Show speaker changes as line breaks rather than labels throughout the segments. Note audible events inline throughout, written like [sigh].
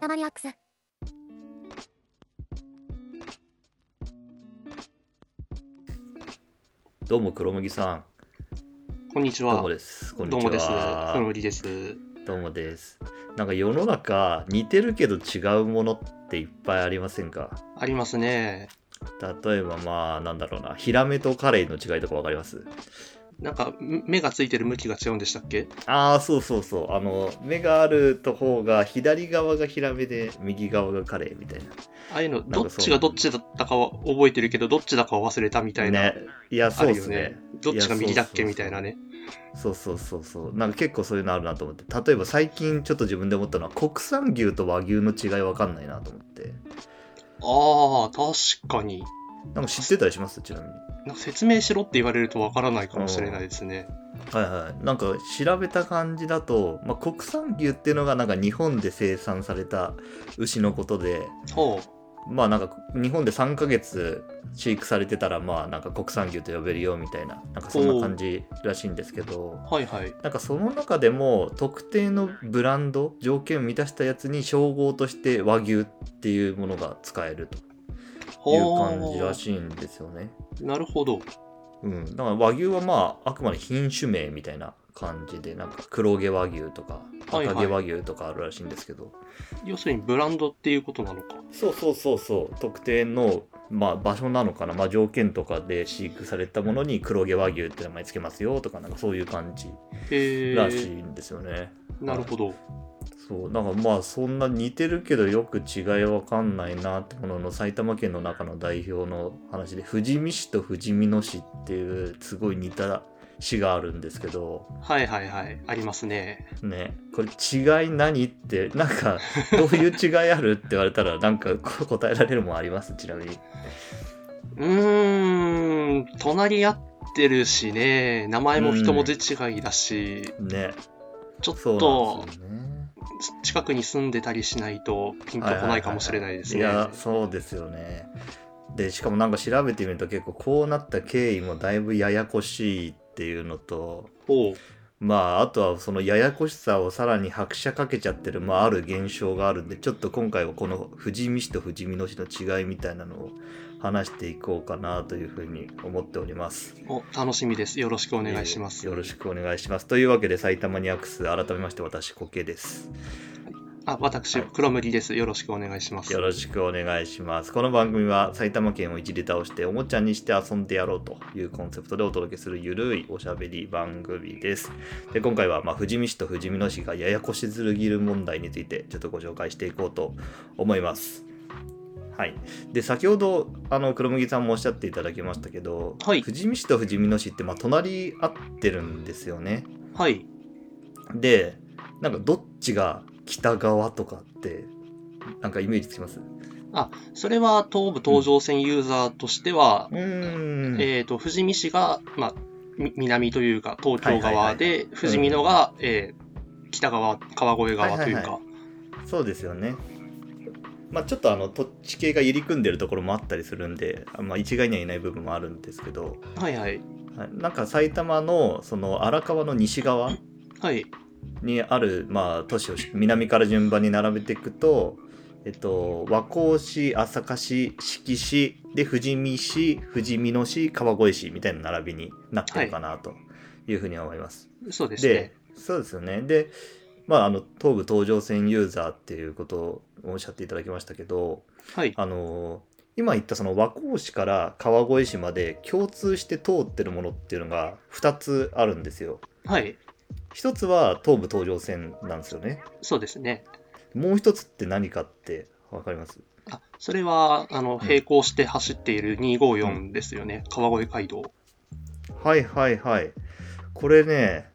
タマニアックス。
どうも黒麦さん。
こんにち
どう
は。
もです。こん
ど
に
う
ち
もです。
は。
ふむりです。
どうもです。なんか世の中似てるけど違うものっていっぱいありませんか
ありますね。
例えばまあなんだろうな、ヒラメとカレイの違いとかわかります
なんか、む目がついてる向きが違うんでしたっけ
ああ、そうそうそう。あの、目があると方が左側がヒラメで右側がカレイみたいな。
ああいうの、
な
ど
ん
っ
かそう
ちがどっちだったかは覚えてるけど、どっちだかは忘れたみたいな。
ねいや、
あ
そう
る
で
よ
す
ね
ね。。
どっちが右だっけ
いや
みたいなね。
そうそうそうそう。なんか結構そういうのあるなと思って。例えば最近ちょっと自分で思ったのは国産牛と和牛の違いわかんないなと思って。
ああ、確かに。
なんか知ってたりしますちなみに。
なんか説明しろって言われるとわからないかもしれないですね。
はいはい、なんか調べた感じだと、まあ、国産牛っていうのがなんか日本で生産された牛のことで
ほ
まあなんか日本で3ヶ月飼育されてたらまあなんか国産牛と呼べるよみたいななんかそんな感じらしいんですけど
う。はいはい。
なんかその中でも特定のブランド条件を満たしたやつに称号として和牛っていうものが使えるとい
ほ
う感じらしいんですよね。
なるほど。
うん、だから和牛はまああくまで品種名みたいな感じでなんか黒毛和牛とか
はいはい
赤毛和牛とかあるらしいんですけど、
要するにブランドっていうことなのか。
そうそうそうそう特定の、まあ、場所なのかな、まあ、条件とかで飼育されたものに黒毛和牛って名前つけますよとかなんかそういう感じ
へ
らしい
え。
んですよね、
なるほど。
そうなんかまあそんな似てるけどよく違いわかんないなってものの埼玉県の中の代表の話で富士見市と富士見野市っていうすごい似た市があるんですけど
はいはいはい。ありますね。
ねこれ違い何ってなんかどういう違いあるって言われたらなんかこ答えられるもんありますちなみに
うーん、隣り合ってるしね、名前も人文字違いだし、
ね
ちょっ
そうな
と
んですよね
近くに住んでたりしないとピンとこないかもしれないです
い
ね。
やそうですよねでしかもなんか調べてみると結構こうなった経緯もだいぶややこしいっていうのと
ほう
まああとはそのややこしさをさらに拍車かけちゃってる、まあ、ある現象があるんでちょっと今回はこの富士見市と富士見野市の違いみたいなのを話していこうかなというふうに思っております。
お楽しみです。よろしくお願いしま
え
す。
ーよろしくお願いします。というわけで埼玉ニアックス改めまして私コケです。
あ、私、
はい
黒麦です。よろしくお願いします。
よろしくお願いします。この番組は埼玉県をいじり倒しておもちゃにして遊んでやろうというコンセプトでお届けするゆるいおしゃべり番組です。で今回はまあ富士見市と富士見野市がややこしすぎる問題についてちょっとご紹介していこうと思います。はい、で先ほどあの黒麦さんもおっしゃっていただきましたけど、
はい
富士見市と富士見野市ってまあ隣り合ってるんですよね。
はい。
でなんかどっちが北側とかってなんかイメージつきます
それは東武東上線ユーザーとしては、
うーん
えっ、と、富士見市が、まあ、み南というか、東京側で、
は
富士見野が、えー北側、川越側とい
はいは
うか、
いはそうですよね。まあ、ちょっとあの土地系が入り組んでるところもあったりするんで、あまあ、一概にはいない部分もあるんですけど、
はいはい。
はいなんか埼玉のその荒川の西側
はい。
にある、まあ、都市を南から順番に並べていくと、えっと、和光市朝霞市四季市で富士見市富士見野市川越市みたいな並びになってるかなというふうに思います。
そうですね
で。そうですよねでまああの東武東上線ユーザーっていうことをおっしゃっていただきましたけど
はい。
あの今言ったその和光市から川越市まで共通して通ってるものっていうのが2つあるんですよ
はい。
一つは東武東上線なんですよね
そうですね。
もう一つって何かって分かります
あ、それは、あの、
ん
並行して走っている254ですよね。川越街道。
はいはいはいこれね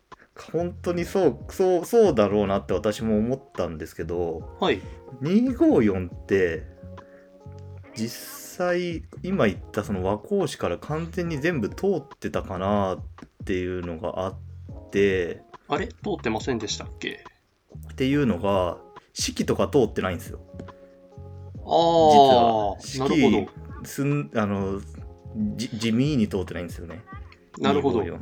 本当にそうそうそうだろうなって私も思ったんですけど
はい。
254って実際今言ったその和光市から完全に全部通ってたかなっていうのがあって
あれ通ってませんでしたっけ
っていうのが四季とか通ってないんですよ。
ああ
は、
なるほ
四季すんあのじ地味に通ってないんですよね。
ど。なるほど。
254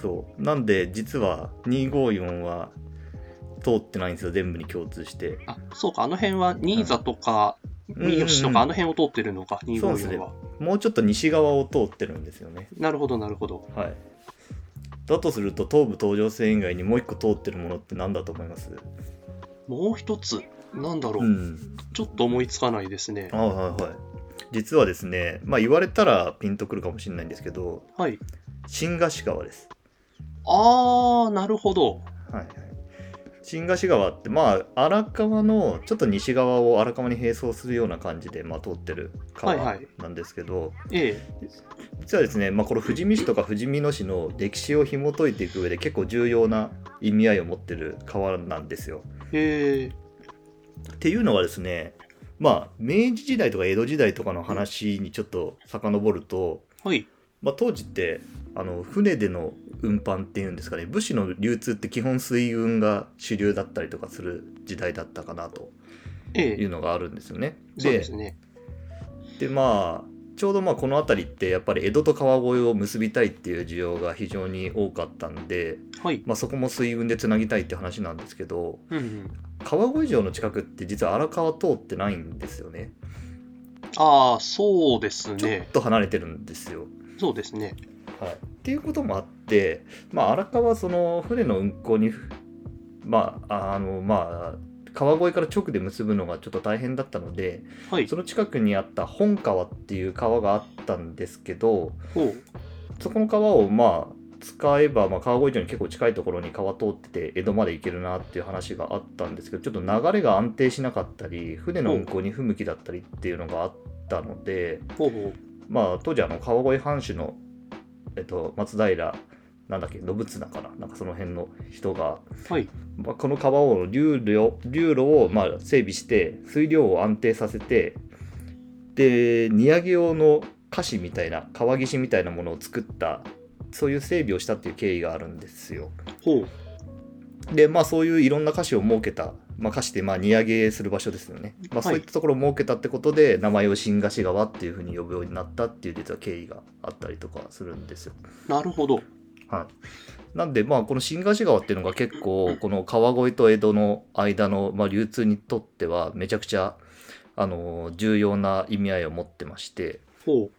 そうなんで実は254は通ってないんですよ、全部に共通して。
あ、そうか、あの辺は新座とか、
うん
三好とか、あの辺を通ってるのか、
そうですね
254は。
もうちょっと西側を通ってるんですよね。
なるほど、なるほど。
はい。だとすると、東武東上線以外にもう一個通ってるものって何だと思います
もう一つ、なんだろう、
うん。
ちょっと思いつかないですね
あ。はいはい。実はですね、まあ言われたらピンとくるかもしれないんですけど、
はい。
新河岸川です。
あー、なるほど。
はいはい。新河岸川って、まあ荒川のちょっと西側を荒川に並走するような感じで、まあ、通ってる
はいは
川
い
なんですけど、
ええ。
実はですね、まあ、この富士見市とか富士見野市の歴史を紐解いていく上で結構重要な意味合いを持ってる川なんですよ。
へえ。
っていうのはですねまあ明治時代とか江戸時代とかの話にちょっと遡ると、
はい。
まあ、当時ってあの船での運搬っていうんですかね物資の流通って基本水運が主流だったりとかする時代だったかなと
え
い
え。
うのがあるんですよね。
そうですね。
でまあちょうどまあこの辺りってやっぱり江戸と川越を結びたいっていう需要が非常に多かったんで、
はい。
まあ、そこも水運でつなぎたいって話なんですけど
うんうん。
川越城の近くって実は荒川通ってないんですよね
あー、そうです
ちょっ
ね。
と離れてるんですよ。
そうですね。
はい、っていうこともあって、まあ、荒川はその船の運航にまああのまあ川越から直で結ぶのがちょっと大変だったので
はい
そ。の近くにあった本川っていう川があったんですけど、
ほう。
そこの川をまあ使えば、まあ、川越城に結構近いところに川通ってて江戸まで行けるなっていう話があったんですけどちょっと流れが安定しなかったり船の運航に不向きだったりっていうのがあったので、
ほうほう。
まあ、当時あの川越藩主の、えっと、松平なんだっけ信綱かななんかその辺の人が、
はい
まあ、この川を流路流路をまあ整備して水量を安定させてで荷揚げ用の菓子みたいな川岸みたいなものを作ったそういう整備をしたっていう経緯があるんですよ。
ほう。
でまあそういういろんな菓子を設けた、まあ、菓子ってまあ荷揚げする場所ですよね、まあ、
はい
そういったところを設けたってことで、名前を新菓子川っていうふうに呼ぶようになったっていう実は経緯があったりとかするんですよ。
なるほど。
はい、なんでまあこの新菓子川っていうのが結構この川越と江戸の間の、まあ、流通にとってはめちゃくちゃあの重要な意味合いを持ってまして
ほ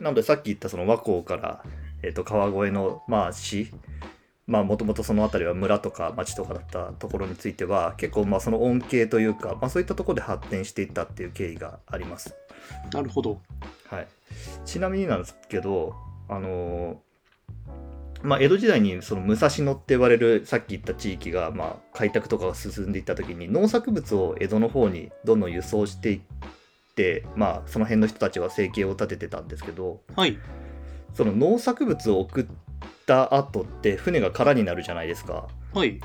なのでさっき言ったその和光から、えっと川越のまあ市まあもともとその辺りは村とか町とかだったところについては結構まあその恩恵というか、まあ、そういったところで発展していったっていう経緯があります。
う。なるほど。
はい、ちなみになんですけど、あのーまあ、江戸時代にその武蔵野って言われるさっき言った地域が、まあ、開拓とかが進んでいった時に農作物を江戸の方にどんどん輸送していって、まあ、その辺の人たちは生計を立ててたんですけど
はい。
その農作物を送った後って船が空になるじゃないですか。
はい。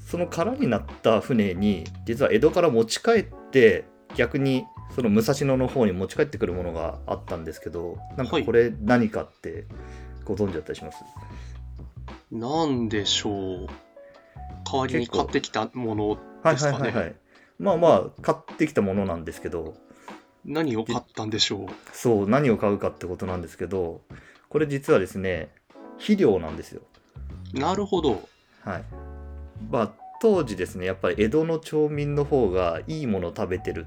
その空になった船に実は江戸から持ち帰って逆にその武蔵野の方に持ち帰ってくるものがあったんですけどなん
は
か
い
これ何かってご存知だったりします、
なんでしょう。代わりに
結構
買ってきたもの、
はい
はいはいはい
まあまあ買ってきたものなんですけど
何を買ったんでしょう。
そう何を買うかってことなんですけどこれ実はですね肥料なんですよ
なるほど。
はいまあ当時ですねやっぱり江戸の町民の方がいいものを食べてる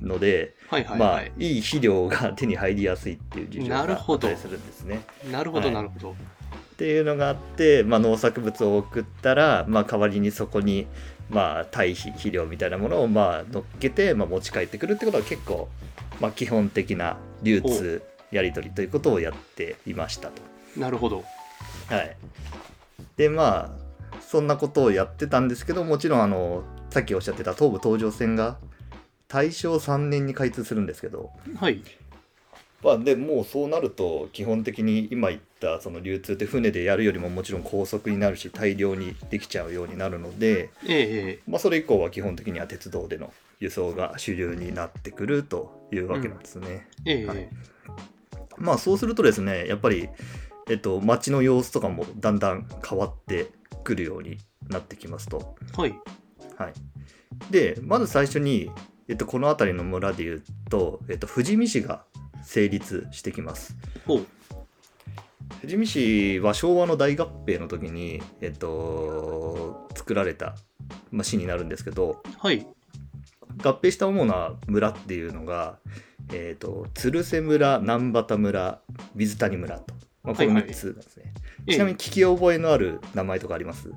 ので
はいはい
ま
は
あ、い
い。
い肥料が手に入りやすいっていう事情が
なる
あ
ほ
っ
ど
たりするんですね。
なるほど、
はい
なるほど。
っていうのがあって、まあ、農作物を送ったら、まあ、代わりにそこに、まあ、堆肥肥料みたいなものをまあ乗っけて、まあ、持ち帰ってくるってことは結構、まあ、基本的な流通やり取りということをやっていましたと。
なるほど。
はい、でまあそんなことをやってたんですけどもちろんあのさっきおっしゃってた東武東上線が大正3年に開通するんですけど。
はい。
まあ、でもうそうなると基本的に今言ったその流通って船でやるよりももちろん高速になるし大量にできちゃうようになるので、
ええええ。
まあ、それ以降は基本的には鉄道での輸送が主流になってくるというわけなんですね。
ええ
はいまあそうするとですねやっぱり、えっと、街の様子とかもだんだん変わってくるようになってきますと。
はい。
はい、でまず最初に、えっと、この辺りの村でいうと、えっと、富士見市が成立してきます。
ほう。
富士見市は昭和の大合併の時に、えっと、作られた、まあ、市になるんですけど
はい。
合併した主な村っていうのが、えっと鶴瀬村南畑村水谷村と、まあ、この3つなんですね、ちなみに聞き覚えのある名前とかあります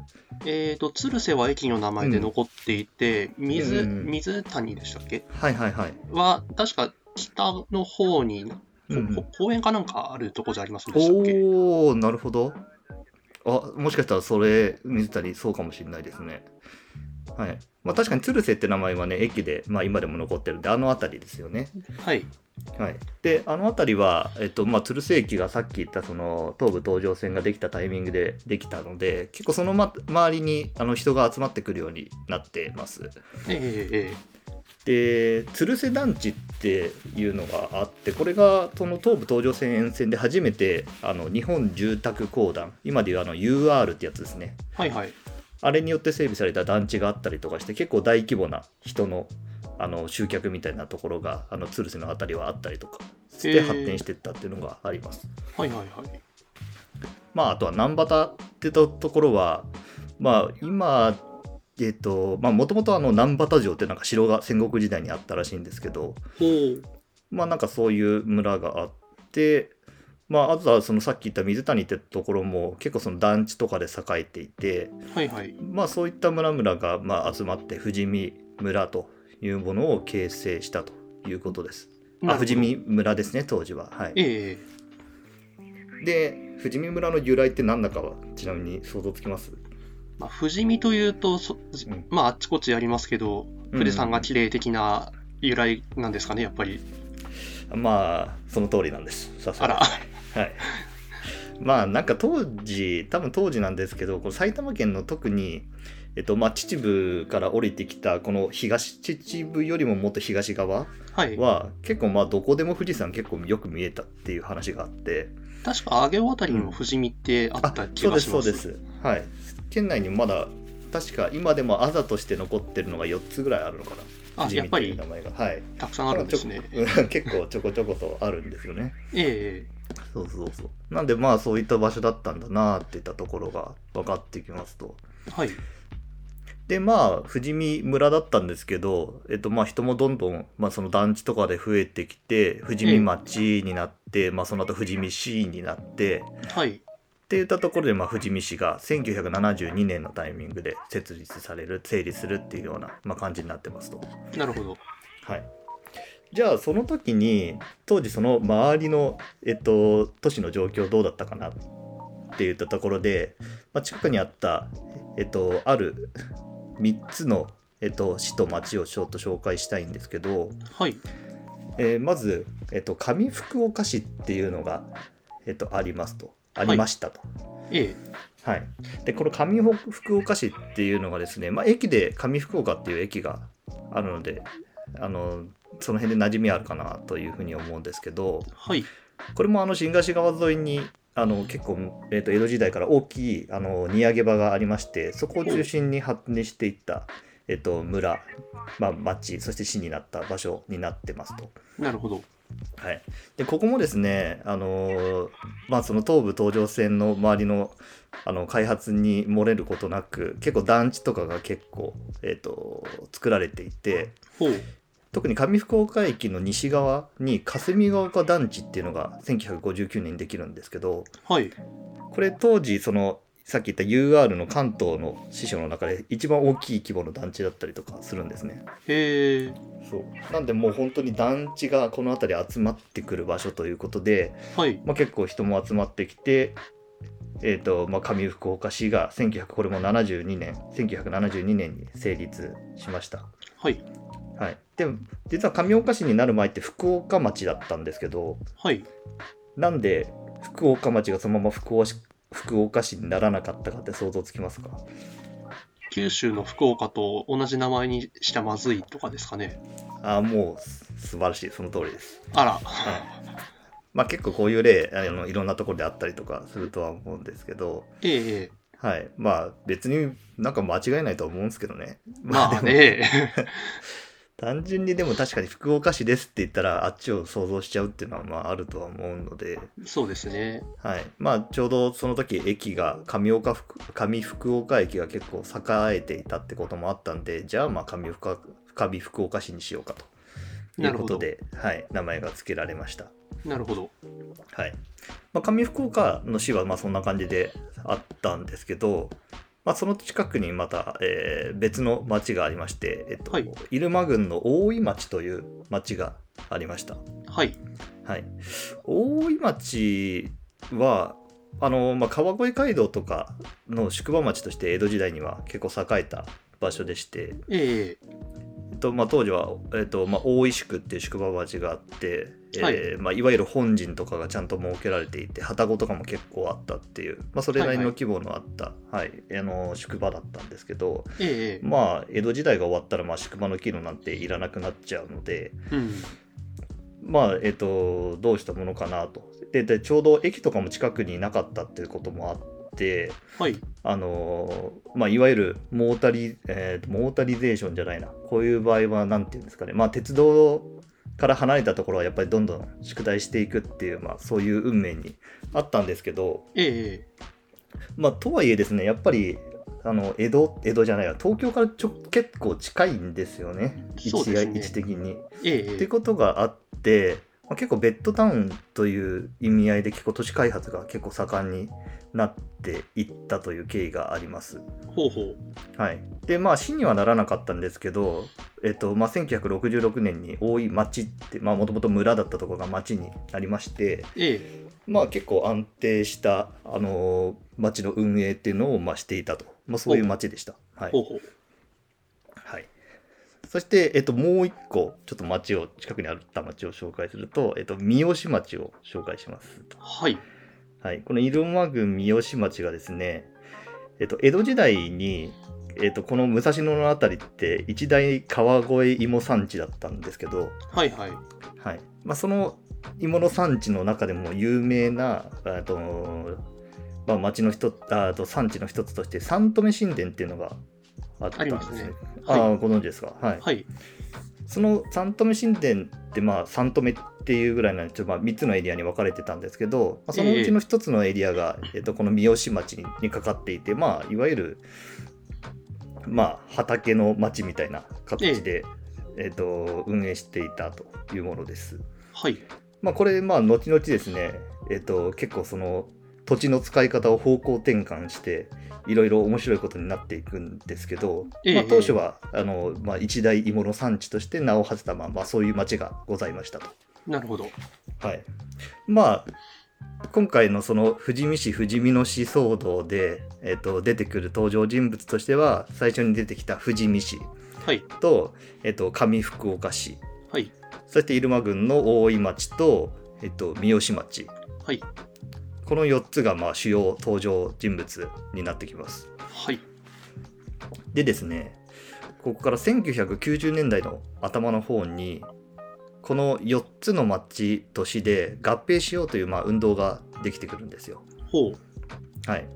えっ、と、鶴瀬は駅の名前で残っていて、水、
うん
水谷でしたっけ
はいはいはい、
は、確か北の方に、
うんうん
こ公園かなんかあるとこじゃありませんでしたっけ
おーなるほどあもしかしたらそれ水谷そうかもしれないですねはいまあ確かに鶴瀬って名前はね駅で、まあ、今でも残ってるんであの辺りですよね
はい。
はいであの辺りは、えっとまあ、鶴瀬駅がさっき言ったその東武東上線ができたタイミングでできたので結構その、ま、周りにあの人が集まってくるようになってます
えええ
で鶴瀬団地っていうのがあってこれがその東武東上線沿線で初めてあの日本住宅公団今でいうあの UR ってやつですね
えはいはい。
あれによって整備された団地があったりとかして結構大規模な人のあの集客みたいなところがあの鶴瀬の辺りはあったりとかし
へ
て
ー
発展していったっていうのがあります。
はいはいはい。
まあ、あとは南畑ってところは、まあ、今、えっと、まあ、もともとあの南畑城ってなんか城が戦国時代にあったらしいんですけど、
ほう。
まあなんかそういう村があって、まあ、あとはそのさっき言った水谷ってところも結構その団地とかで栄えていて、
はいはい。
まあ、そういった村々がまあ集まって富士見村というものを形成したということです。あ
なるほど
富士。見村ですね当時は。はい、
ええ
で富士見村の由来って何だかはちなみに想像つきます
まあ、富士見というと、そ
ん
まあ、あっちこっちありますけど、富士山が綺麗的な由来なんですかね、やっぱり。
まあその通りなんですさす
あ
が
ら。
はいまあなんか当時多分当時なんですけどこう埼玉県の特に、えっとまあ、秩父から降りてきたこの東秩父よりももっと東側
はい。
は結構まあどこでも富士山結構よく見えたっていう話があって
確か、上尾あたりにも富士見ってあ
あ
った気
そう
が
で
し
す
ま
そう
す。
ですはい県内にもまだ確か今でもあざとして残ってるのが4つぐらいあるのかな
あ、
富士
やっ
見
ぱ
ていう
り
名、前がはい
たくさんあるんですね。
うん結構ちょこ [laughs] ちょことあるんですよね
え
そうそうそう。なんでまあそういった場所だったんだなっていったところが分かってきますと。
えはい。
でまあ富士見村だったんですけど、えっとまあ人もどんどん、まあ、その団地とかで増えてきて富士見町になって、まあその後富士見市になって
はい。
っていったところで、まあ、富士見市が1972年のタイミングで設立される成立するっていうような、まあ、感じになってますと。
なるほど。
はい、じゃあその時に当時その周りの、えっと、都市の状況どうだったかなっていったところで、まあ、近くにあった、えっと、ある3つの、えっと、市と町をちょっと紹介したいんですけど、
はい。
えーまず、えっと、上福岡市っていうのが、えっと、ありますとあ
い
りましたと。
え
はい、でこの上福岡市っていうのがですね、まあ、駅で上福岡っていう駅があるのであのその辺で馴染みあるかなというふうに思うんですけど
えはい。
これもあの新河川沿いにあの結構、えー、と江戸時代から大きいあの荷揚げ場がありましてそこを中心に発展していった、えっと村、まあ、町そして市になった場所になってますと。
なるほど。
はい、でここもですね、あのーまあ、その東武東上線の周りのあの開発に漏れることなく結構団地とかが結構、えー、と作られていて
ほう。
特に上福岡駅の西側に霞ヶ丘団地っていうのが1959年にできるんですけど
はい。
これ当時そのさっき言った UR の関東の支所の中で一番大きい規模の団地だったりとかするんですね。
へえ。
そうなんでもう本当に団地がこの辺り集まってくる場所ということで。
はい。
まあ、結構人も集まってきて、えーとまあ、上福岡市が1900これも72年1972年に成立しました、
はい。
はい、で実は上岡市になる前って福岡町だったんですけど
はい。
なんで福岡町がそのまま福岡市福岡市にならなかったかって想像つきますか
九州の福岡と同じ名前にしたまずいとかですかね。
ああもうす素晴らしいその通りです、
あら。
はいまあ、結構こういう例あのいろんなところであったりとかするとは思うんですけど
ええええ
はいまあ別になんか間違いないとは思うんですけどね
ま
でも
あね。
単純にでも確かに福岡市ですって言ったらあっちを想像しちゃうっていうのはまああるとは思うので、
[laughs] そうですね。
はいまあ、ちょうどその時駅が上岡福上福岡駅が結構栄えていたってこともあったんでじゃあまあ上福岡上福岡市にしようかという
なる
こ
ほ
と
ど。
で、はい、名前が付けられました。
なるほど。
はいまあ、上福岡の市はまあそんな感じであったんですけど、まあ、その近くにまた、えー別の町がありまして、えっと
はい
入間郡の大井町という町がありました。
はい。
はい、大井町はあの、まあ、川越街道とかの宿場町として江戸時代には結構栄えた場所でして、
ええ
えっとまあ、当時は、えっとまあ、大井宿っていう宿場町があって、えー
はい
いまあ、いわゆる本陣とかがちゃんと設けられていて旅籠とかも結構あったっていう、まあ、それなりの規模のあった、はいあの宿場だったんですけど、
ええ
まあ、江戸時代が終わったら、まあ、宿場の機能なんていらなくなっちゃうので、
うん。
まあえっとどうしたものかなとででちょうど駅とかも近くになかったっていうこともあって
はい。
あのまあ、いわゆるモータリ、えーモータリゼーションじゃないな、こういう場合は何て言うんですかね、まあ、鉄道から離れたところはやっぱりどんどん宿題していくっていう、まあ、そういう運命にあったんですけど、
え
まあ、とはいえですね、やっぱりあの江戸、江戸じゃないわ、東京からちょ結構近いんですよね、位
そう
置
で
や
す
位
ね
置的に。
ええ
っ
え
てことがあって、まあ、結構ベッドタウンという意味合いで結構都市開発が結構盛んになっていったという経緯があります。
ほうほう。
はい、でまあ死にはならなかったんですけど、えっとまあ、1966年に大井町ってもともと村だったところが町になりまして、
え
まあ、結構安定した、あのー町の運営っていうのを、まあ、していたと、まあ、そういう町でした。は
え
い
ほうほう。
はい、そして、えっと、もう一個ちょっと町を近くにあった町を紹介すると、えっと、三好町を紹介します。
はい。
はい、この入間郡三好町がですね、えっと、江戸時代に、えっと、この武蔵野の辺りって一大川越芋産地だったんですけど、
はいはい。
はいまあ、その芋の産地の中でも有名な、えっとまあ、町の一つあえっと産地の一つとして三留神殿っていうのがあったんです
あります
ね
ね。
ああ
は
ご存知ですか、はい
い。、はい。
その三留神殿ってまあ三留っていうぐらいなんでちょっとまあ3つのエリアに分かれてたんですけど、まあ、そのうちの1つのエリア [laughs] が、えっとこの三好町ににかかっていて、まあ、いわゆる、まあ、畑の町みたいな形で、えっと運営していたというものです。
はい。
まあ、これまあ後々ですね、えっと結構その土地の使い方を方向転換していろいろ面白いことになっていくんですけど、
ええ
まあ、当初はあの、まあ、一大芋の産地として名を馳せた、まあまあ、そういう町がございましたと。
なるほど。
はい、まあ今回のその富士見市富士見の市騒動で、えっと出てくる登場人物としては最初に出てきた富士見市
はい。
と,、えっと上福岡市
はい。
そして入間郡の大井町と、えっと、三好町
はい。
この4つがまあ主要登場人物になってきます。
はい。
でですねここから1990年代の頭の方にこの4つの町都市で合併しようというまあ運動ができてくるんですよ。
ほう。
はい、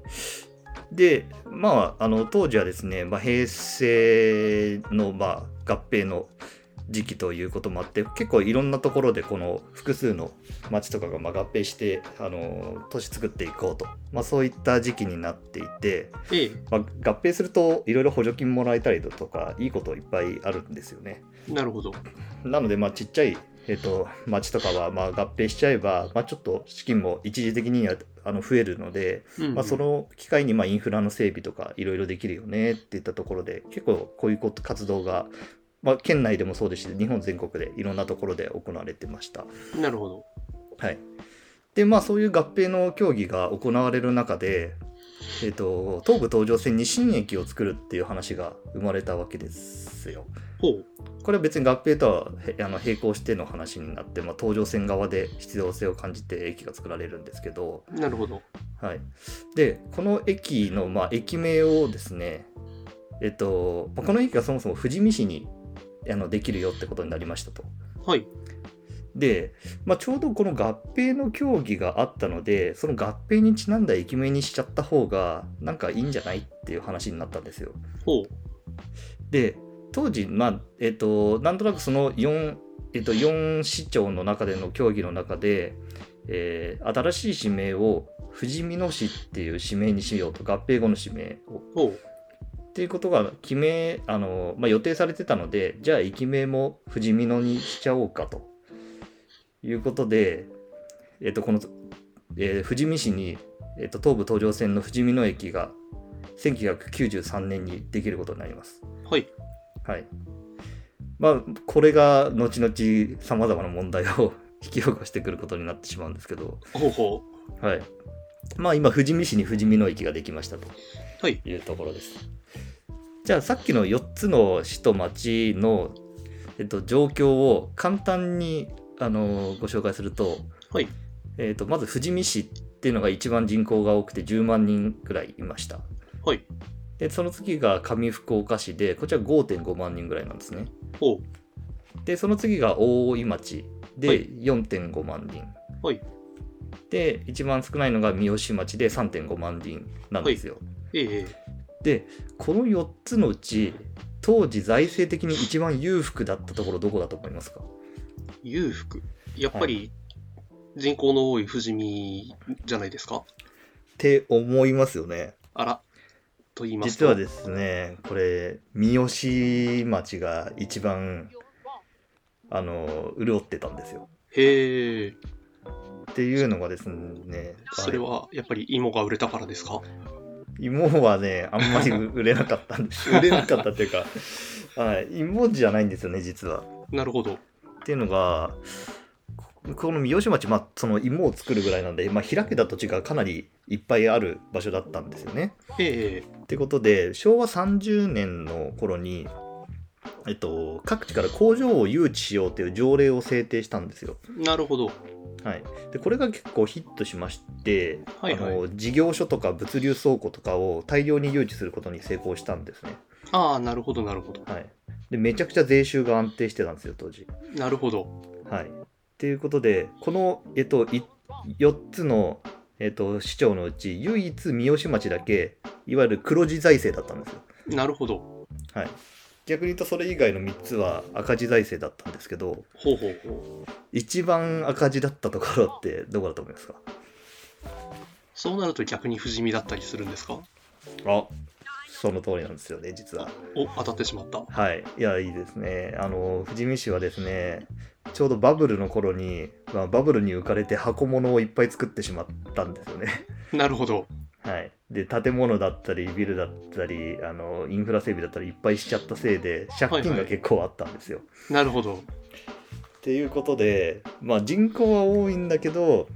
でまああの当時はですね、まあ、平成のまあ合併の時期ということもあって結構いろんなところでこの複数の町とかがまあ合併してあの都市作っていこうと、まあ、そういった時期になっていて、
え
まあ、合併するといろいろ補助金もらえたりだとかいいこといっぱいあるんですよね。
えなるほど。
なので、まあ、ちっちゃい、えっと町とかはまあ合併しちゃえば、まあ、ちょっと資金も一時的にはあの増えるので、
うん。
まあ、その機会にまあインフラの整備とかいろいろできるよねっていったところで結構こういうこと活動が、まあ、県内でもそうですし日本全国でいろんなところで行われてました。
なるほど。
はい、でまあそういう合併の協議が行われる中で、えっと東武東上線に新駅を作るっていう話が生まれたわけですよ。
ほう。
これは別に合併とはへあの並行しての話になって、まあ、東上線側で必要性を感じて駅が作られるんですけど、
なるほど。
はい、でこの駅の、まあ、駅名をですね、えっと、まあこの駅がそもそも富士見市にあのできるよってことになりましたと。
はい。
で、まあ、ちょうどこの合併の協議があったのでその合併にちなんだ駅名にしちゃった方がなんかいいんじゃないっていう話になったんですよ。
ほう。
で当時、まあえっとなんとなくその4、えっと4市長の中での協議の中で、えー新しい市名を富士見野市っていう市名にしようと合併後の市名を
ほう。
っていうことが決めあの、まあ、予定されてたのでじゃあ駅名も富士見野にしちゃおうかということで、えっとこのえー富士見市に、えっと東武東上線の富士見野駅が1993年にできることになります。
はい。
はいまあ、これが後々さまざまな問題を引き起こしてくることになってしまうんですけど、
ほうほ
はいまあ、今富士見市に富士見野駅ができましたと。
う。はい。
いうところです。じゃあさっきの4つの市と町の、えっと、状況を簡単にあのご紹介すると,、
はい
えっとまず富士見市っていうのが一番人口が多くて10万人くらいいました。
はい。
でその次が上福岡市でこちら5.5万人ぐらいなんですね。
ほう。
でその次が大井町
は
で
い
4.5万人。
はい
で一番少ないのが三好町で3.5万人なんですよ。
ええ
でこの4つのうち当時財政的に一番裕福だったところどこだと思いますか
裕福。やっぱり、人口の多い富士見じゃないですか。
って思いますよね
あら。と言います
実
と。
はですねこれ三好町が一番あの潤ってたんですよ
へえ。
っていうのがですね
それは、やっぱり芋が売れたからですか
芋はねあん
[laughs]
まり売れなかったんです売れなかったっていうか、はい、芋じゃないんですよね実は
なるほど。
っていうのがここの三好町、まあ、その芋を作るぐらいなんで、まあ、開けた土地がかなりいっぱいある場所だったんですよね。
ええ。
ってことで昭和30年の頃に、えっと、各地から工場を誘致しようという条例を制定したんですよ。
なるほど。
はい、でこれが結構ヒットしまして、
はいは
あ
い
の事業所とか物流倉庫とかを大量に誘致することに成功したんですね。
ああ、なるほど、なるほど。
はい、でめちゃくちゃ税収が安定してたんですよ当時。
なるほど。
はい。ということで、この、えっと、い4つの、えっと、市長のうち、唯一三好町だけ、いわゆる黒字財政だったんですよ。
なるほど。
はい。逆に言うと、それ以外の3つは赤字財政だったんですけど、
ほうほうほう。
一番赤字だったところってどこだと思いますか
そうなると逆に不死身だったりするんですか
あその通りなんですよね、実は。
お、当たってしまった。
はい。いや、いいですね。あの、富士見市はですね、ちょうどバブルの頃に、まあ、バブルに浮かれて箱物をいっぱい作ってしまったんですよね。 [laughs]
なるほど。
はい、で建物だったりビルだったりあのインフラ整備だったりいっぱいしちゃったせいで借金
はい
が
はい
結構あったんですよ。
なるほど。
っていうことで、まあ、人口は多いんだけど、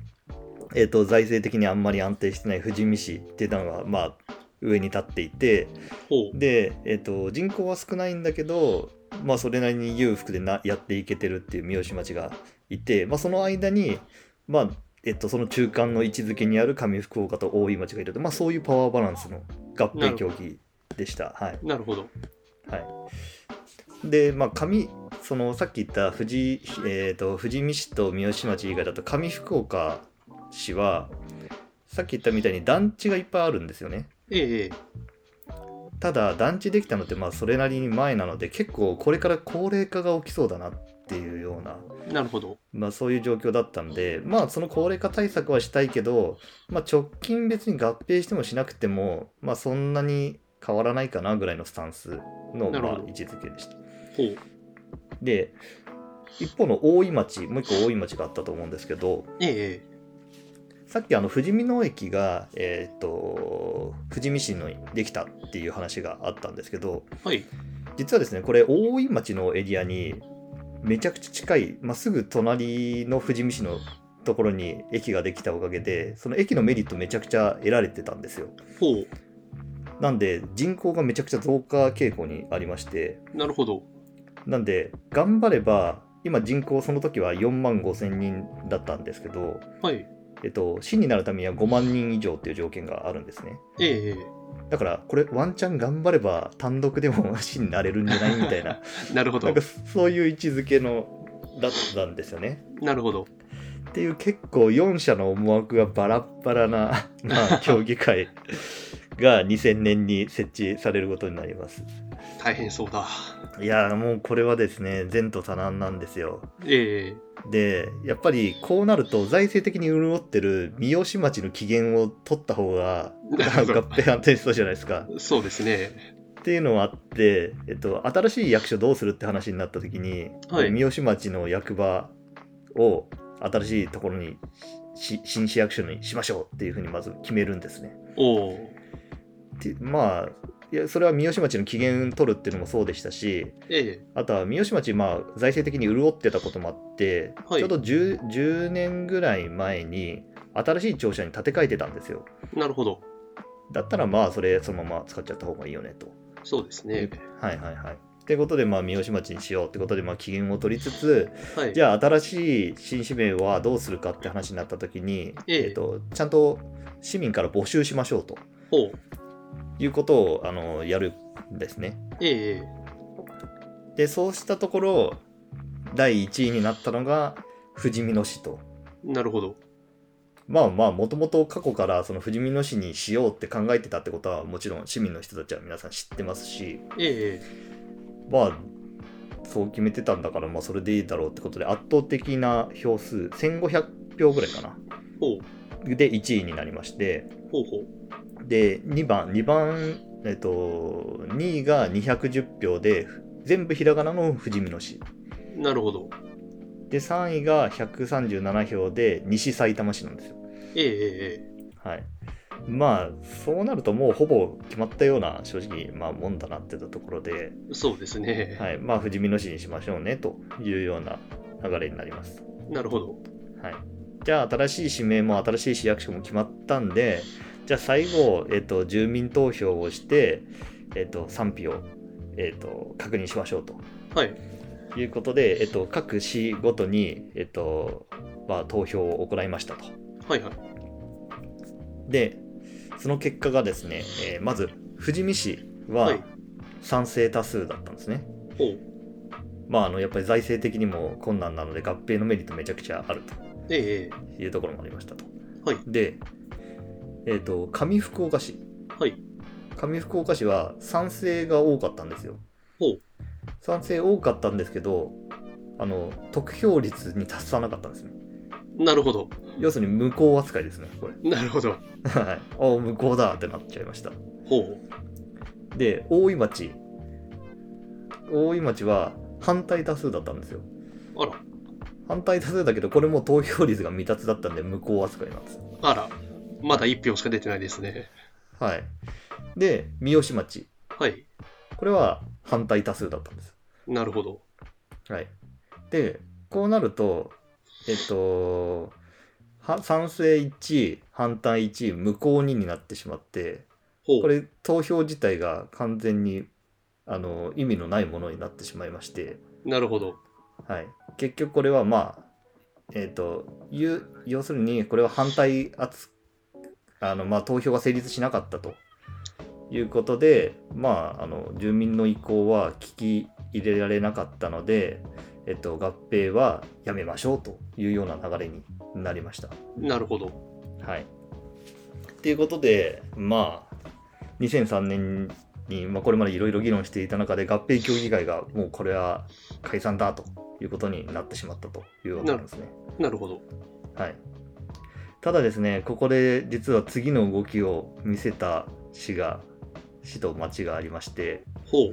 えー、と財政的にあんまり安定してない富士見市っていうのが、まあ、上に立っていて
ほう。
で、えー、と人口は少ないんだけど、まあ、それなりに裕福でなやっていけてるっていう三好町がいて、まあ、その間に、まあえー、とその中間の位置づけにある上福岡と大井町がいると、まあ、そういうパワーバランスの合併協議でした。はい
なるほど。
はい、で、まあ、上そのさっき言った富士,、えー、と富士見市と三好町以外だと上福岡市はさっき言ったみたいに団地がいっぱいあるんですよね。
ええ。
ただ団地できたのってまあそれなりに前なので結構これから高齢化が起きそうだなっていうような、
なるほど。
まあ、そういう状況だったんでまあその高齢化対策はしたいけど、まあ、直近別に合併してもしなくても、まあ、そんなに変わらないかなぐらいのスタンスの
なる
ま
ほ
あ
ど
位置づけでした。
ほう。
で一方の大井町もう一個大井町があったと思うんですけど
ええ。
さっきあの富士見野駅が、えー、と富士見市にできたっていう話があったんですけど、
はい。
実はですねこれ大井町のエリアにめちゃくちゃ近い、まあ、すぐ隣の富士見市のところに駅ができたおかげでその駅のメリットめちゃくちゃ得られてたんですよ
ほう。
なんで人口がめちゃくちゃ増加傾向にありまして
なるほど。
なんで頑張れば今人口その時は4万5千人だったんですけど、
はい。
えっと、市になるためには5万人以上っていう条件があるんですね
ええ。
だからこれワンチャン頑張れば単独でも [laughs] 市になれるんじゃないみたいな
なるほ
な
ど
んか。そういう位置づけのだったんですよね。
なるほど。
っていう結構4社の思惑がバラッバラな、まあ、協議会が2000年に設置されることになります。
大変そうだ。
いやーもうこれはですね前途多難なんですよ。
え
でやっぱりこうなると財政的に潤ってる三好町の機嫌を取った方が合併安定しそうじゃないですか
え。そうですね。
っていうのもあって、えっと、新しい役所どうするって話になった時に、
はい
三好町の役場を新しいところにし新市役所にしましょうっていうふうにまず決めるんですね。
おお。
ってまあいやそれは三好町の機嫌取るっていうのもそうでしたし
え
あとは三好町、まあ、財政的に潤ってたこともあって、
はい
ちょうど 10, 10年ぐらい前に新しい庁舎に建て替えてたんですよ
えなるほど。
だったらまあそれそのまま使っちゃった方がいいよねと
そうですね。
はいはいはいってことでまあ三好町にしようってことでまあ機嫌を取りつつ
はい。
じゃあ新しい新市名はどうするかって話になった時に、
ええ
っとちゃんと市民から募集しましょうと
ほう。
いうことをあのやるんですね
ええ
でそうしたところ第1位になったのが富士見野市と
なるほど。
まあまあもともと過去からその富士見野市にしようって考えてたってことはもちろん市民の人たちは皆さん知ってますし
え
まあそう決めてたんだからまあそれでいいだろうってことで圧倒的な票数1500票ぐらいかな
えほう。
で1位になりまして
ほうほう。
で2番2番えっと2位が210票で全部ひらがなの富士見野市
なるほど。
で3位が137票で西さいたま市なんですよ。
ええええ
はい、まあそうなるともうほぼ決まったような正直、まあ、もんだなってたところで、
そうですね。
はいまあ、富士見野市にしましょうねというような流れになります。
なるほど。
はい、じゃあ新しい市名も新しい市役所も決まったんでじゃあ最後、えっと住民投票をして、えっと賛否を、えっと確認しましょうと
はい。
いうことで、えっと各市ごとに、えっとまあ、投票を行いましたと。
はいはい。
でその結果がですね、えーまず富士見市は
はい
賛成多数だったんですね、
ほう。
まああのやっぱり財政的にも困難なので合併のメリットめちゃくちゃある
ええ
というところもありましたと、
はい
でえっ、と上福岡市
はい
上福岡市は賛成が多かったんですよ
ほう
賛成多かったんですけどあの得票率に達さなかったんですね
なるほど。
要するに無効扱いですねこれ [laughs]
なるほど。
はいあ無効だってなっちゃいました
ほう。
で大井町大井町は反対多数だったんですよ
あら。
反対多数だけどこれも投票率が未達だったんで無効扱いなんですよ
あら。まだ1票しか出てないですね。
はいで三好町
はい。
これは反対多数だったんです
なるほど。
はいでこうなるとえっとは賛成1位反対1位無効2になってしまって
ほう。
これ投票自体が完全にあの意味のないものになってしまいまして
なるほど。
はい、結局これはまあえっ、という要するにこれは反対あつあの、まあ、投票が成立しなかったということで、まあ、あの住民の意向は聞き入れられなかったので、えっと合併はやめましょうというような流れになりました。
なるほど。
はい、っていうことでまあ2003年に、まあ、これまでいろいろ議論していた中で合併協議会がもうこれは解散だということになってしまったというわけなんですね。
なるほど。
はい、ただですねここで実は次の動きを見せた市が市と町がありまして
ほ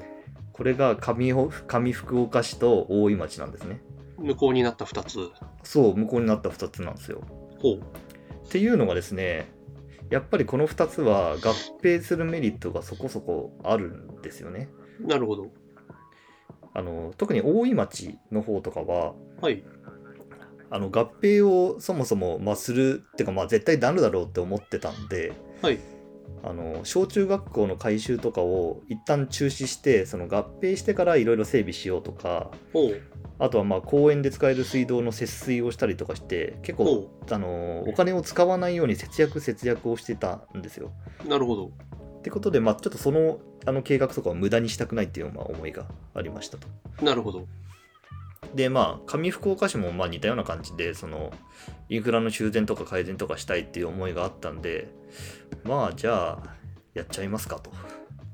これが上ほ上福岡市と大井町なんですね。
う。無効になった2つ。
そう向こうになった2つなんですよ。
ほう。
っていうのがですねやっぱりこの2つは合併するメリットがそこそこあるんですよね
なるほど。
あの特に大井町の方とかは
はい。
あの合併をそもそも、まあ、するっていうか、まあ、絶対なるだろうって思ってたんで
はい。
あの小中学校の改修とかを一旦中止してその合併してからいろいろ整備しようとか
ほう。
あとはまあ公園で使える水道の節水をしたりとかして結構
ほ
あのお金を使わないように節約節約をしてたんですよ。
う。なるほど。
ってことで、まあ、ちょっとそのあの計画とかを無駄にしたくないっていうまあ思いがありましたと。
なるほど。
で、まあ、上福岡市もまあ似たような感じで、そのインフラの修繕とか改善とかしたいっていう思いがあったんで、まあ、じゃあ、やっちゃいますかと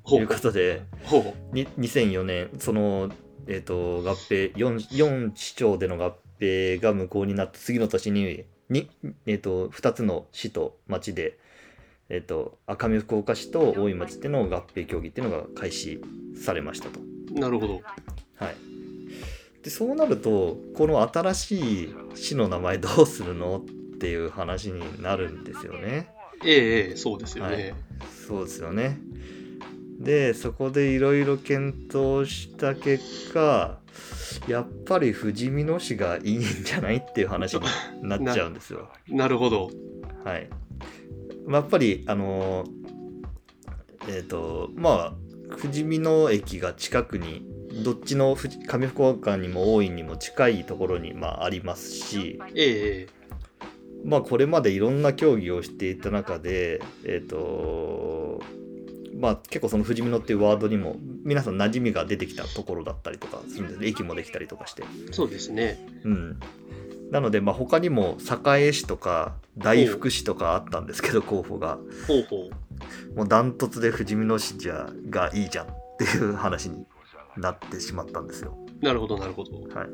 ほ
いう
う
ことで
ほう
に2004年その、えー、と合併 4, 4市長での合併が無効になって次の年にに、えー、と2つの市と町で、えー、と赤身福岡市と大井町での合併協議っていうのが開始されましたと。
なるほど
はい、でそうなるとこの新しい市の名前どうするのっていう話になるんですよね。
ええええそうですよね、
そうですよね。でそこでいろいろ検討した結果やっぱり富士見野市がいいんじゃないっていう話になっちゃうんですよ。
なるほど
はい。まあやっぱりあのえっ、とまあ富士見野駅が近くにどっちの富士上福岡にも大井にも近いところに、まあ、ありますし、
ええええ
まあ、これまでいろんな競技をしていた中で、えーとまあ、結構その「富士見野」っていうワードにも皆さん馴染みが出てきたところだったりとかするんですね駅もできたりとかして。
そうですね
うん、なのでまあ他にも栄市とか大福市とかあったんですけど候補が
ほうほう
もうダントツで富士見野市じゃがいいじゃんっていう話になってしまったんですよ。
なるほどなるほど
はい、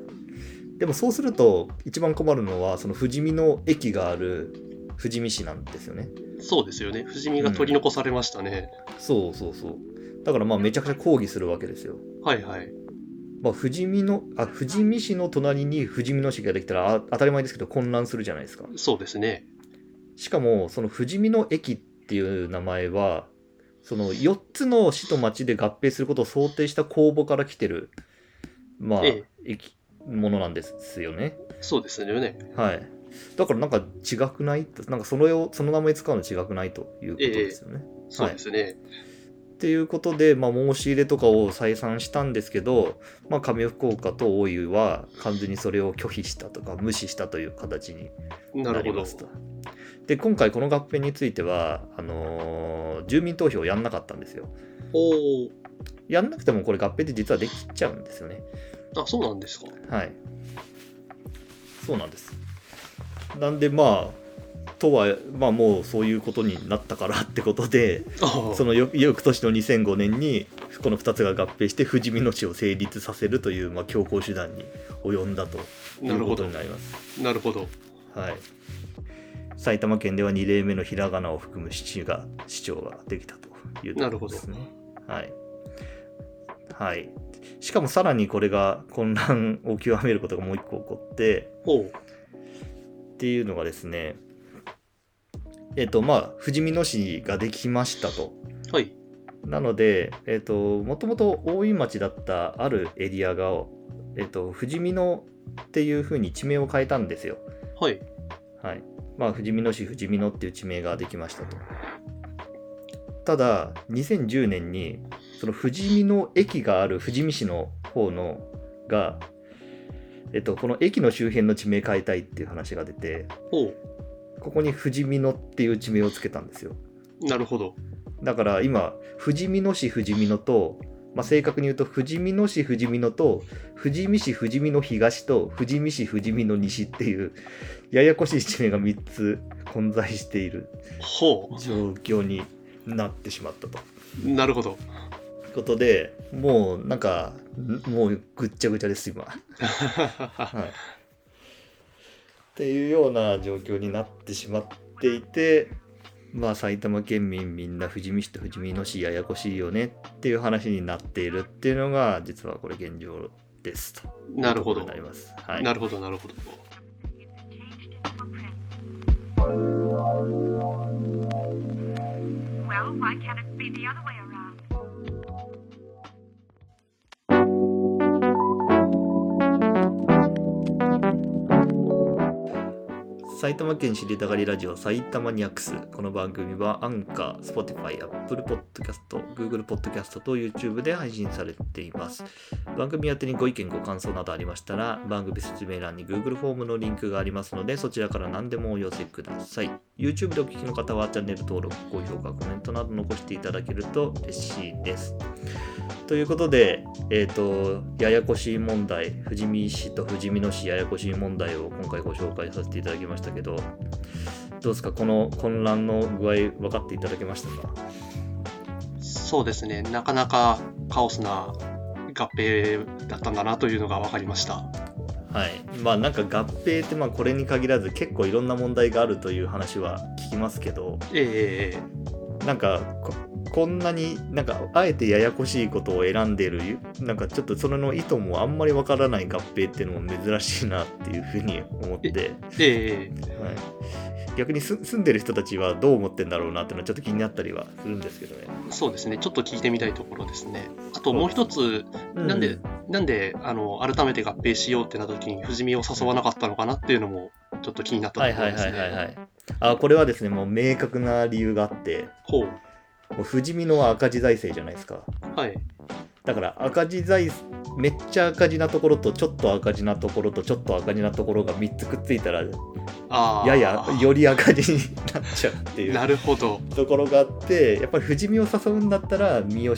でもそうすると一番困るのはその富士見野駅がある富士見市なんですよね。
そうですよね不死身が取り残されましたね、
そうそうそう。だからまあめちゃくちゃ抗議するわけですよ。
はいはい
まあ富士見の、あ、富士見市の隣に富士見野市ができたらあ当たり前ですけど混乱するじゃないですか。
そうですね
しかもその富士見野駅っていう名前は、その4つの市と町で合併することを想定した公募から来てる、まあ
え、
駅、ものなんですよね。
そうですよね
はい。だからなんか違くないなんかそれを、その名前使うの違くないということですよね。
そうですね、
っていうことで、まあ、申し入れとかを再三したんですけど、まあ、上福岡と大湯は完全にそれを拒否したとか無視したという形に
な
な
る
り
ほど
ますと。で今回この合併についてはあのー住民投票をやんなかったんですよ。
お
やんなくてもこれ合併って実はできちゃうんですよね。
おあそうなんですか
はい。そうなんです。なんでまあとはまあもうそういうことになったからってことで。
ああ
その翌翌年の2005年にこの2つが合併して富士見の市を成立させるという、まあ、強硬手段に及んだとい
な
う
る
こ
ほ
と
ど
になります。
なるほど
はい、埼玉県では2例目のひらがなを含む市が市長ができたというところですね。はいはい、しかもさらにこれが混乱を極めることがもう一個起こって
ほう
っていうのがですねえっとまあ富士見野市ができましたと。
はい
なので、えっともともと大井町だったあるエリアが、えっと富士見野っていうふうに地名を変えたんですよ。
はい
はいまあ、富士見野市富士見野っていう地名ができましたと。ただ2010年にその富士見野駅がある富士見市の方のが、えっとこの駅の周辺の地名変えたいっていう話が出て
ほ
ここに富士見野っていう地名をつけたんですよ。
うなるほど
だから今、富士見野市富士見野と、まあ、正確に言うと富士見野市富士見野と、富士見市富士見野東と、富士見市富士見野西っていう、ややこしい地名が3つ混在している
ほ
状況になってしまったと。
うなるほど [laughs]
いうことで、もうなんか、んもうぐっちゃぐちゃです、今。はい、っていうような状況になってしまっていて、まあ、埼玉県民みんな富士見市と富士見野市ややこしいよねっていう話になっているっていうのが実はこれ現状ですと
なる
い
ほ
うこと
ど
になります。はい、
なるほどなるほど
埼玉県知りたがりラジオ埼玉ニャクスこの番組はアンカー、Spotify、Apple Podcast、Google Podcast と YouTube で配信されています番組宛てにご意見ご感想などありましたら番組説明欄に Google フォームのリンクがありますのでそちらから何でもお寄せください YouTube でお聞きの方はチャンネル登録高評価コメントなど残していただけると嬉しいですということで、えー、とややこしい問題富士見市と富士見野市ややこしい問題を今回ご紹介させていただきましたけどどうですかこの混乱の具合分かっていただけましたか
そうですね、なかなかカオスな合併だったんだなというのが分かりました。
はい、まあなんか合併ってまあこれに限らず結構いろんな問題があるという話は聞きますけど
ええ
なんかここんなになんかあえてややこしいことを選んでるなんかちょっとそれの意図もあんまりわからない合併っていうのも珍しいなっていうふうに思って、
えええ
はい、逆にす住んでる人たちはどう思ってんだろうなっていうのはちょっと気になったりはするんですけどね。
そうですね、ちょっと聞いてみたいところですね。あともう一つ、なんで、なんであの改めて合併しようってなった時に、富士見を誘わなかったのかなっていうのも、ちょっと気になった
はい
とこ
は
ろ
い
で
は
す
いはいは
ね。
い。あこれはですねもう明確な理由があって
ほう、
もう富士見の赤字財政じゃないですか。
はい、
だから赤字財めっちゃ赤字なところとちょっと赤字なところとちょっと赤字なところが3つくっついたら
ああ、
ややより赤字になっちゃうっていう
なるほど、
ところがあってやっぱり富士見を誘うんだったら三好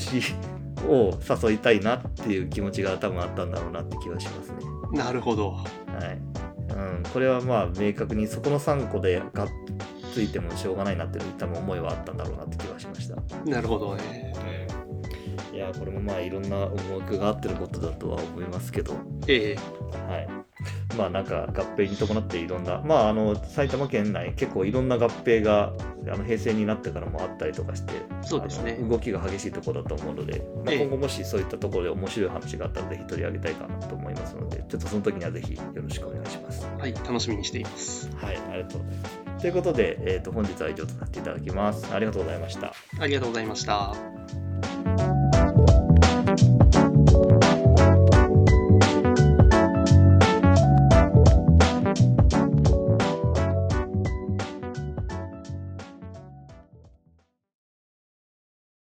を誘いたいなっていう気持ちが多分あったんだろうなって気はしますね。
なるほど。
はいうん、これはまあ明確にそこの3個でがっついてもしょうがないなっていう多分思いはあったんだろうなって気はしました。
なるほどね。
いやこれもまあいろんな思惑があってのことだとは思いますけど。
ええ
はい、まあなんか合併に伴っていろんな、まあ、あの埼玉県内結構いろんな合併があの平成になってからもあったりとかして
そうですね
あの動きが激しいところだと思うので、まあ、
ええ
今後もしそういったところで面白い話があったらぜひ取り上げたいかなと思いますのでちょっとその時にはぜひよろしくお願いします。
はい、楽しみにしています。
はい、ありがとうございますということで、えー、と本日は以上とさせていただきます。ありがとうございました。
ありがとうございました。